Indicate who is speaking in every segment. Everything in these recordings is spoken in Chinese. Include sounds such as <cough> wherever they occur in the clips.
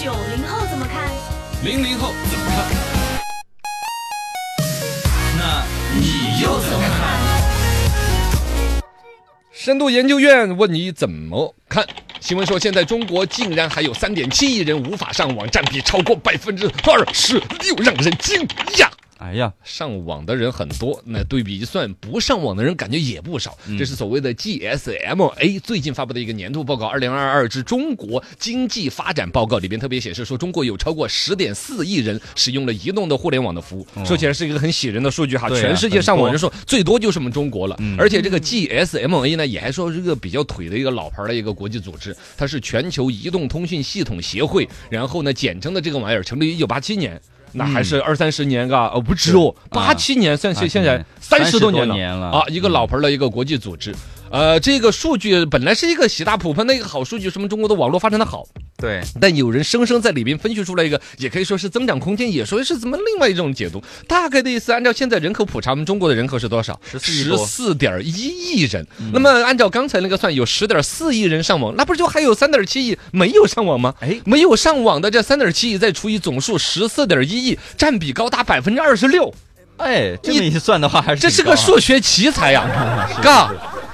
Speaker 1: 九零后怎么看？
Speaker 2: 零零后怎么看？那你又怎么看？深度研究院问你怎么看？新闻说，现在中国竟然还有三点七亿人无法上网，占比超过百分之二十六，让人惊讶。
Speaker 3: 哎呀，
Speaker 2: 上网的人很多，那对比一算，不上网的人感觉也不少。
Speaker 3: 嗯
Speaker 2: 这是所谓的 GSMA 最近发布的一个年度报告《二零二二至中国经济发展报告》里边特别显示说，中国有超过十点四亿人使用了移动的互联网的服务。
Speaker 3: 哦
Speaker 2: 说起来是一个很喜人的数据哈，
Speaker 3: 对啊
Speaker 2: 全世界上网人数最多就是我们中国了。
Speaker 3: 嗯
Speaker 2: 而且这个 GSMA 呢，也还说是个比较腿的一个老牌的一个国际组织，它是全球移动通讯系统协会，然后呢，简称的这个玩意儿成立于一九八七年。那还是二三十年个，呃，不止哦，
Speaker 3: 对
Speaker 2: 八七年算是
Speaker 3: 嗯啊
Speaker 2: 现在三
Speaker 3: 三
Speaker 2: 十
Speaker 3: 十
Speaker 2: 多
Speaker 3: 多
Speaker 2: 年了
Speaker 3: 年了嗯
Speaker 2: 啊，一个老牌儿的一个国际组织。呃，这个数据本来是一个喜大普奔的一个好数据，说明中国的网络发展的好，
Speaker 3: 对，
Speaker 2: <laughs> 但有人生生在里边分析出来一个，也可以说是增长空间，也说是怎么另外一种解读。大概的意思，按照现在人口普查，我们中国的人口是多少？
Speaker 3: 14亿
Speaker 2: 十
Speaker 3: 多嗯
Speaker 2: 四点一亿人。那么按照刚才那个算，有十点四亿人上网，那不就还有三点七亿没有上网吗？
Speaker 3: 哎，
Speaker 2: 没有上网的这三点七亿，再除以总数十四点一亿，占比高达百分之二十六。
Speaker 3: 哎，这么一算的话，还是
Speaker 2: 这是
Speaker 3: 挺
Speaker 2: 个
Speaker 3: 高啊
Speaker 2: 数学奇才呀、
Speaker 3: <laughs>
Speaker 2: 嘎。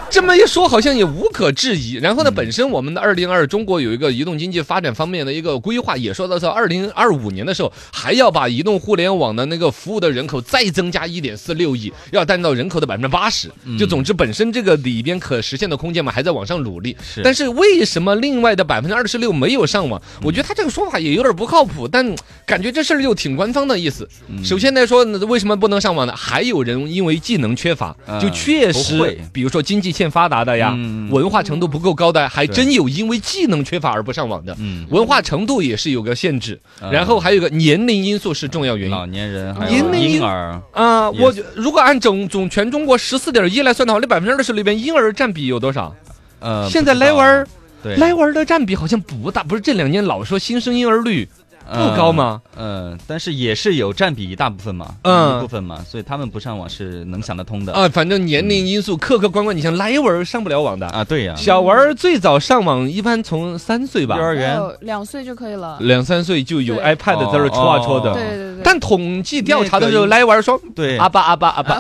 Speaker 2: 这么一说，好像也无可置疑。然后呢，本身我们的二零二中国有一个移动经济发展方面的一个规划，也说到在二零二五年的时候，还要把移动互联网的那个服务的人口再增加一点四六亿，要占到人口的百分之八十。
Speaker 3: 嗯
Speaker 2: 就总之，本身这个里边可实现的空间嘛，还在往上努力。
Speaker 3: 是
Speaker 2: 但是为什么另外的百分之二十六没有上网？我觉得他这个说法也有点不靠谱，但感觉这事儿又挺官方的意思。
Speaker 3: 嗯
Speaker 2: 首先来说，那为什么不能上网呢？还有人因为技能缺乏，
Speaker 3: 嗯
Speaker 2: 就确
Speaker 3: 不
Speaker 2: 实
Speaker 3: 会，
Speaker 2: 比如说经济欠发达的呀，
Speaker 3: 嗯
Speaker 2: 文化程度不够高的，还真有因为技能缺乏而不上网的。
Speaker 3: 嗯，
Speaker 2: 文化程度也是有个限制，
Speaker 3: 嗯
Speaker 2: 然后还有一个年龄因素是重要原因。
Speaker 3: 老年人还
Speaker 2: 因
Speaker 3: 有
Speaker 2: 为
Speaker 3: 婴儿，
Speaker 2: 啊、
Speaker 3: 也
Speaker 2: 我觉如果按总总全中国十四点一来算的话，那百分之二十里边婴儿占比有多少？
Speaker 3: 呃，
Speaker 2: 现在
Speaker 3: 不知
Speaker 2: 来
Speaker 3: 道
Speaker 2: 玩儿，
Speaker 3: 对
Speaker 2: 来玩儿的占比好像不大，不是这两年老说新生婴儿率不高？吗？
Speaker 3: 嗯，呃但是也是有占比一大部分嘛，
Speaker 2: 嗯
Speaker 3: 一部分嘛，所以他们不上网是能想得通的
Speaker 2: 啊、反正年龄因素客客观观，你像来玩儿上不了网的，
Speaker 3: 啊，对呀，
Speaker 2: 小娃儿最早上网一般从三岁吧
Speaker 3: 幼，儿园
Speaker 4: 哦两岁就可以了。
Speaker 2: 两三岁就有
Speaker 4: 对
Speaker 2: iPad 在这儿戳啊戳的。
Speaker 3: 哦
Speaker 4: 对对对，
Speaker 2: 但统计调查的时候，
Speaker 3: 那个
Speaker 2: 来玩儿说
Speaker 3: 对，啊
Speaker 2: 阿爸阿爸阿爸，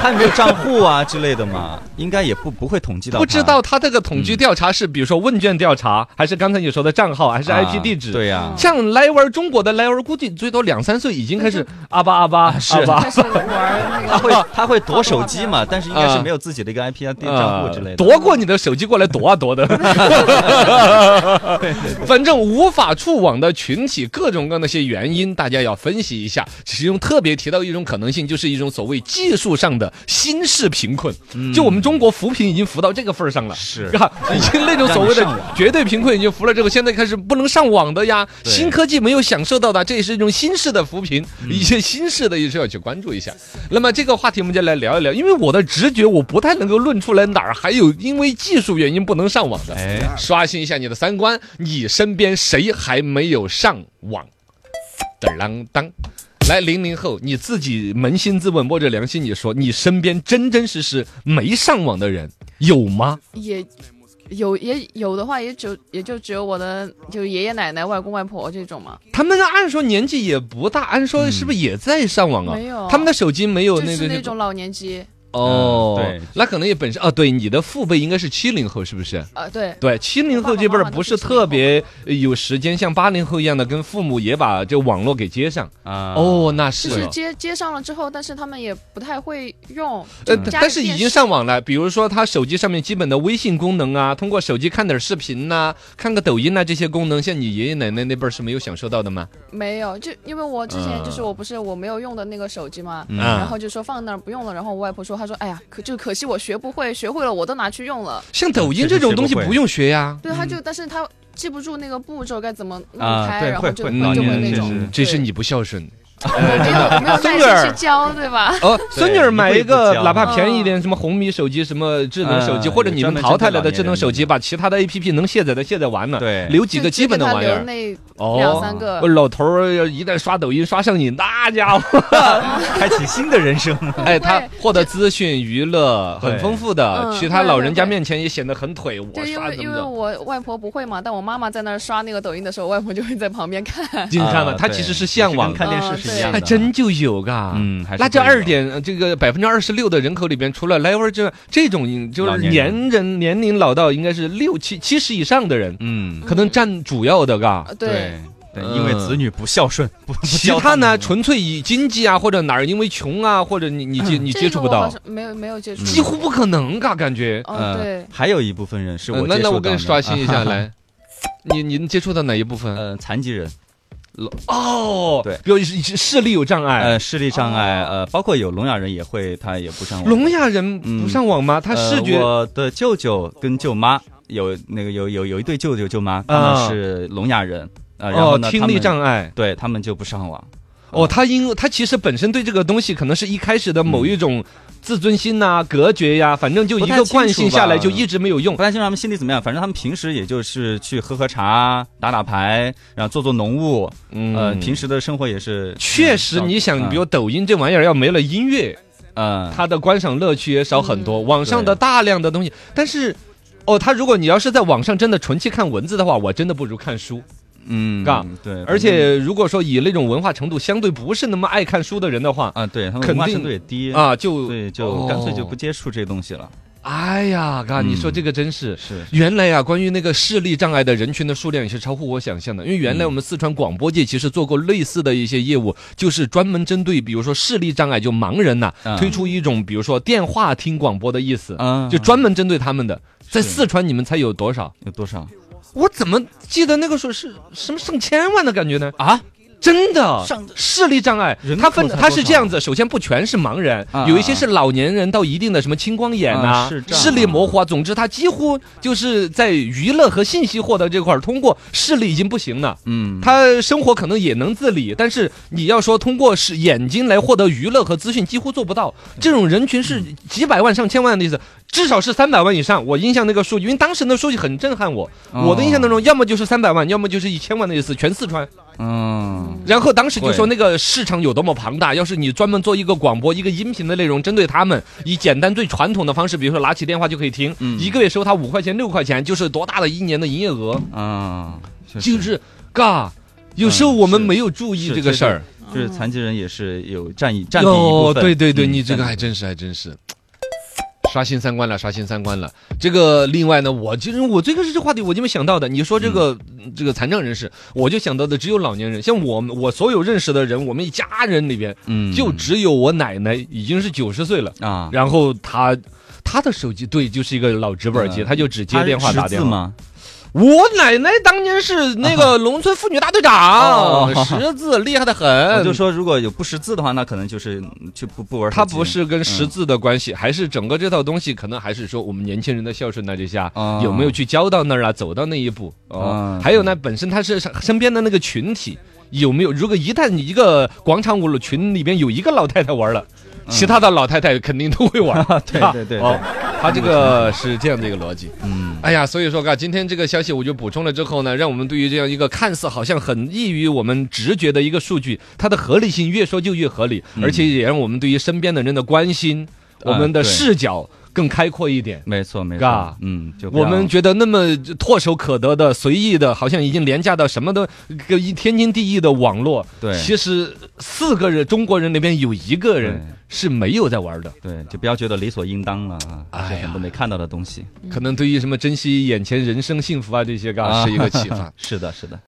Speaker 3: 他有没有账户啊之类的嘛，应该也不不会统计到他，
Speaker 2: 不知道他这个统计调查是比如说问卷调查，还是刚才你说的账号，还是
Speaker 3: 嗯啊
Speaker 2: IP 地址？
Speaker 3: 对呀，
Speaker 2: 像来玩儿中国的来玩儿，估计最多两三岁已经开始
Speaker 4: 嗯
Speaker 2: 阿巴阿巴
Speaker 3: 啊是
Speaker 2: 阿巴
Speaker 4: 开始玩那
Speaker 3: 他
Speaker 4: 个
Speaker 3: 会他会夺手机嘛，但是应该是没有自己的一个 IP
Speaker 2: 嗯
Speaker 3: 啊、账户之类的。
Speaker 2: 夺过你的手机过来夺啊夺的。反正无法触网的群体，各种各样的些原因，大家要分析一下。其中特别提到一种可能性，就是一种所谓技术上的新式贫困。
Speaker 3: 嗯
Speaker 2: 就我们中国扶贫已经扶到这个份儿上了，
Speaker 3: 是
Speaker 2: 啊，已经 <laughs> 那种所谓
Speaker 3: 让你上
Speaker 2: 的
Speaker 3: 网
Speaker 2: 绝对贫困已经扶了之后，现在开始不能上网的呀，
Speaker 3: 对嗯
Speaker 2: 新科技没有享受到的，这也是一种新式的扶贫，一些新式的也是要去关注一下。那么这个话题我们就来聊一聊，因为我的直觉我不太能够论出来哪儿还有因为技术原因不能上网的。
Speaker 3: 哎，
Speaker 2: 刷新一下你的三观，你身边谁还没有上网？嘚儿啷当。来，零零后，你自己扪心自问，摸着良心，你说你身边真真实实没上网的人有吗？
Speaker 4: 也有也有的话，也就也就只有我的就爷爷奶奶、外公外婆这种嘛。
Speaker 2: 他们按说年纪也不大，按说是
Speaker 3: 嗯
Speaker 2: 不是也在上网啊？
Speaker 4: 没有
Speaker 2: 他们的手机没有
Speaker 4: 就
Speaker 2: 那
Speaker 4: 是
Speaker 2: 个
Speaker 4: 那种老年机，
Speaker 2: 哦，
Speaker 3: 嗯对
Speaker 2: 那可能也本身啊，对，你的父辈应该是七零后，是不是？
Speaker 4: 呃，对，
Speaker 2: 对，七零后这辈儿不是特别有时间，像八零后一样的，跟父母也把这网络给接上。
Speaker 3: 啊，
Speaker 2: 哦，那
Speaker 4: 就是是
Speaker 2: 哦
Speaker 4: 接接上了之后，但是他们也不太会用，
Speaker 2: 呃，
Speaker 4: 就家
Speaker 2: 但
Speaker 4: 里
Speaker 2: 是已
Speaker 4: 电
Speaker 2: 经
Speaker 4: 视
Speaker 2: 上网了，比如说他手机上面基本的微信功能啊，通过手机看点视频呐、看个抖音呐、这些功能，像你爷爷奶奶那辈儿是没有享受到的吗？
Speaker 4: 没有，就因为我之前就是我不是我没有用的那个手机嘛，
Speaker 3: 嗯
Speaker 4: 然
Speaker 2: 啊
Speaker 4: 后就说放那儿不用了，然后我外婆说，她说，哎呀，可就可惜我学不会，学会了我都拿去用了，
Speaker 2: 像抖音这种东西不用学呀。
Speaker 4: 对，她就但是她记不住那个步骤该怎么弄
Speaker 3: 嗯啊
Speaker 4: 开，
Speaker 3: 对
Speaker 4: 然
Speaker 3: 会
Speaker 4: 后就
Speaker 3: 会
Speaker 4: 就
Speaker 3: 老
Speaker 2: 嗯
Speaker 4: 会
Speaker 3: 年人
Speaker 4: 那
Speaker 3: 确
Speaker 4: 种
Speaker 3: 实，
Speaker 2: 这是
Speaker 4: 对
Speaker 2: 你不孝顺。呃，真的，
Speaker 4: <laughs> 没有
Speaker 2: 孙
Speaker 4: 耐
Speaker 2: 女
Speaker 4: 心去
Speaker 2: 儿。
Speaker 4: 教，对吧？
Speaker 2: 哦，孙女儿
Speaker 3: 你
Speaker 2: 买
Speaker 3: 不
Speaker 2: 一
Speaker 3: 一
Speaker 2: 个
Speaker 3: 不，教
Speaker 2: 哪怕便宜一点，什么红米手机、什么智能手机，
Speaker 3: 哦嗯
Speaker 2: 或者你们
Speaker 3: 有专门
Speaker 2: 淘汰
Speaker 3: 针对
Speaker 2: 了
Speaker 3: 老
Speaker 2: 的
Speaker 3: 年
Speaker 2: 智能
Speaker 3: 人
Speaker 2: 手机，
Speaker 3: 的
Speaker 2: 把其他的 A P P 能卸载的卸载完了，
Speaker 3: 对
Speaker 2: 留几个
Speaker 4: 就
Speaker 2: 基本的玩意
Speaker 4: 就给他留
Speaker 2: 儿。
Speaker 4: 那
Speaker 2: 哦
Speaker 4: 两三个
Speaker 2: 我，老头儿要一旦刷抖音刷上瘾，那家伙，
Speaker 3: 开启新的人生。 <laughs>
Speaker 2: 哎，他获得资讯娱乐很丰富的，
Speaker 4: 对
Speaker 2: 去他老人家
Speaker 4: 嗯会会会
Speaker 2: 面前也显得很腿，我
Speaker 4: 对，因
Speaker 2: 刷
Speaker 4: 为
Speaker 2: 怎
Speaker 4: 因
Speaker 2: 么
Speaker 4: 为
Speaker 2: 着。
Speaker 4: 我外婆不会嘛，但我妈妈在那儿刷那个抖音的时候，我外婆就会在旁边看。
Speaker 2: 你看嘛，
Speaker 3: 啊
Speaker 2: 他
Speaker 3: 对
Speaker 2: 其实是向往
Speaker 3: 就跟看
Speaker 2: 的，
Speaker 3: 电视是一样的，
Speaker 2: 还真就有啊嘎。
Speaker 3: 嗯，还是
Speaker 2: 那这
Speaker 3: 会有
Speaker 2: 二点，呃这个百分之二十六的人口里边，除了 level 这这种就
Speaker 3: 老
Speaker 2: 是
Speaker 3: 年人
Speaker 2: 年人年龄老到应该是六七七十以上的人，
Speaker 3: 嗯，
Speaker 2: 可能占主要的嘎。
Speaker 4: 呃对，
Speaker 3: 对，对因为子女不孝顺，不不
Speaker 2: 呃其
Speaker 3: 教
Speaker 2: 他
Speaker 3: 们
Speaker 2: 呢，纯粹以经济啊，或者哪儿因为穷啊，或者你你接你
Speaker 4: 嗯这
Speaker 2: 接触
Speaker 4: 个
Speaker 2: 不
Speaker 4: 我好
Speaker 2: 到
Speaker 4: 像，没有没有接触，
Speaker 2: 几乎不嗯可能嘎，感觉。
Speaker 4: 哦
Speaker 3: 呃
Speaker 4: 对，，
Speaker 3: 还有一部分人是我
Speaker 2: 嗯那
Speaker 3: 接
Speaker 2: 那
Speaker 3: 触
Speaker 2: 我跟
Speaker 3: 到
Speaker 2: 你
Speaker 3: 的
Speaker 2: 刷新一
Speaker 3: <laughs>
Speaker 2: 下，
Speaker 3: 啊
Speaker 2: 来，你您接触到哪一部分？
Speaker 3: 呃，残疾人，
Speaker 2: 哦，
Speaker 3: 对
Speaker 2: 比如视视力有障碍，
Speaker 3: 呃，视力障碍，呃，包括有聋哑人也会，他也不上网。
Speaker 2: 哦聋哑人
Speaker 3: 嗯
Speaker 2: 不上网吗？他
Speaker 3: 呃
Speaker 2: 视觉
Speaker 3: 我的舅舅跟舅妈有那个有有有一对舅舅舅妈，他们
Speaker 2: 啊
Speaker 3: 是聋哑人，呃，然后
Speaker 2: 哦，
Speaker 3: 呢，
Speaker 2: 听
Speaker 3: 他
Speaker 2: 力
Speaker 3: 们
Speaker 2: 障碍。
Speaker 3: 对他们就不上网。
Speaker 2: 哦，他因他其实本身对这个东西可能是一开始的某一种自尊心呐、隔绝呀、反正就一
Speaker 3: 不太清
Speaker 2: 个
Speaker 3: 楚
Speaker 2: 惯性下来
Speaker 3: 吧
Speaker 2: 就一直没有用
Speaker 3: 不。太清楚他们心里怎么样，反正他们平时也就是去喝喝茶、打打牌，然后做做农务，
Speaker 2: 嗯
Speaker 3: 呃，平。时的生活也是。
Speaker 2: 确实，
Speaker 3: 嗯
Speaker 2: 你想，
Speaker 3: 嗯
Speaker 2: 比如抖音这玩意儿，要没了音乐，
Speaker 3: 嗯，
Speaker 2: 它的观赏乐趣也少很多。网上的大量的东西，但是，哦，他如果你要是在网上真的纯去看文字的话，我真的不如看书。
Speaker 3: 嗯，
Speaker 2: 嘎
Speaker 3: 对，
Speaker 2: 而且，如果说以那种文化程度相对不是那么爱看书的人的话，
Speaker 3: 啊，对他们
Speaker 2: 肯
Speaker 3: 文化
Speaker 2: 定
Speaker 3: 程度也低，
Speaker 2: 啊，就，
Speaker 3: 嗯对，就
Speaker 2: 哦
Speaker 3: 干脆就不接触这东西了。
Speaker 2: 哎呀，嘎，你说
Speaker 3: 嗯
Speaker 2: 这个真是，
Speaker 3: 是，
Speaker 2: 原来啊，关于那个视力障碍的人群的数量也是超乎我想象的，因为
Speaker 3: 嗯
Speaker 2: 原来我们四川广播界其实做过类似的一些业务，就是专门针对比如说视力障碍就盲人呐、
Speaker 3: 嗯
Speaker 2: 推出一种比如说电话听广播的意思，
Speaker 3: 啊，
Speaker 2: 就专门针对他们的。在
Speaker 3: 是
Speaker 2: 四川，你们猜有多少？
Speaker 3: 有多少
Speaker 2: 我怎么记得那个时候是什么上千万的感觉呢？
Speaker 3: 啊？
Speaker 2: 真的，
Speaker 3: 上
Speaker 2: 视力障碍
Speaker 3: 人，口
Speaker 2: 它分
Speaker 3: 才
Speaker 2: 它是
Speaker 3: 多少
Speaker 2: 这样子，首先不全是盲人，
Speaker 3: 啊
Speaker 2: 有一些是老年人到一定的什么青光眼呐、
Speaker 3: 啊是这样
Speaker 2: 视力模糊啊，总之他几乎就是在娱乐和信息获得这块儿，通过视力已经不行了。
Speaker 3: 嗯，
Speaker 2: 他生活可能也能自理，但是你要说通过是眼睛来获得娱乐和资讯，几乎做不到。这种人
Speaker 3: 嗯
Speaker 2: 群是几百万、上千万的意思，至少是三百万以上。我印象那个数据，因为当时那数据很震撼我。
Speaker 3: 哦
Speaker 2: 我的印象当中，要么就是三百万，要么就是一千万的意思，全四川。
Speaker 3: 嗯，
Speaker 2: 然后当时就说
Speaker 3: 对
Speaker 2: 那个市场有多么庞大，要是你专门做一个广播、一个音频的内容，针对他们，以简单最传统的方式，比如说拿起电话就可以听，
Speaker 3: 嗯
Speaker 2: 一个月收他五块钱、六块钱，就是多大的一年的营业额，
Speaker 3: 啊，确实
Speaker 2: 就是嘎。有时候我们
Speaker 3: 嗯是
Speaker 2: 没有注意
Speaker 3: 是
Speaker 2: 这个事儿，
Speaker 3: 就是残疾人也是有占一占比一部
Speaker 2: 哦，
Speaker 3: 分。
Speaker 2: 对对对，
Speaker 3: 嗯
Speaker 2: 你这个
Speaker 3: 占
Speaker 2: 还真是还哎真是。刷新三观了，刷新三观了。这个另外呢，我其实我最开始这话题我就没想到的。你说这个、
Speaker 3: 嗯
Speaker 2: 这个残障人士，我就想到的只有老年人。像我们我所有认识的人，我们一家人里边，
Speaker 3: 嗯
Speaker 2: 就只有我奶奶已经是九十岁了，
Speaker 3: 啊，
Speaker 2: 然后她她的手机对就是一个老直板机，
Speaker 3: 嗯
Speaker 2: 她就只接电话打电
Speaker 3: 他是识字
Speaker 2: 话。
Speaker 3: 吗？
Speaker 2: 我奶奶当年是那
Speaker 3: <laughs>
Speaker 2: 个农村妇女大队
Speaker 3: 哦
Speaker 2: 长，
Speaker 3: <laughs>
Speaker 2: 识字厉害的
Speaker 3: 我
Speaker 2: 很。
Speaker 3: 就说如果有不识字的话，那可能就是就不不玩手机。嗯
Speaker 2: 它不是跟识字的关系，还是整个这套东西，可能还是说我们年轻人的孝顺那之下，
Speaker 3: 啊
Speaker 2: 有没有去教到那儿啊，走到那一步哦
Speaker 3: 啊。
Speaker 2: 还有呢，本身他是身边的那个群体。有没有？如果一旦你一个广场舞的群里边有一个老太太玩了，
Speaker 3: 嗯
Speaker 2: 其他的老太太肯定都会
Speaker 3: <laughs>
Speaker 2: 玩。
Speaker 3: 对
Speaker 2: 啊
Speaker 3: 对对
Speaker 2: 哦
Speaker 3: 对，
Speaker 2: 他这个是这样的一个逻辑。
Speaker 3: 嗯
Speaker 2: 哎呀，所以说嘎，今天这个消息我就补充了之后呢，让我们对于这样一个看似好像很异于我们直觉的一个数据，它的合理性越说就越合理，
Speaker 3: 嗯
Speaker 2: 而且也让我们对于身边的人的关心，
Speaker 3: 呃
Speaker 2: 我们的
Speaker 3: 对
Speaker 2: 视角更开阔一点。
Speaker 3: 没错没
Speaker 2: 嘎
Speaker 3: 错，嗯，就不
Speaker 2: 我
Speaker 3: 要
Speaker 2: 们觉得那么唾手可得的、随意的，好像已经廉价到什么都个一天经地义的网络，
Speaker 3: 对
Speaker 2: 其实四个人中国人里边有一个人
Speaker 3: 对
Speaker 2: 是没有在玩的。
Speaker 3: 对，就不要觉得理所应当了啊，
Speaker 2: 哎
Speaker 3: 这
Speaker 2: 呀
Speaker 3: 很多没看到的东西。
Speaker 2: 可能对于什么珍惜眼前人生幸福啊这些，嘎
Speaker 3: 啊
Speaker 2: 是一个启发。
Speaker 3: 是的，是的。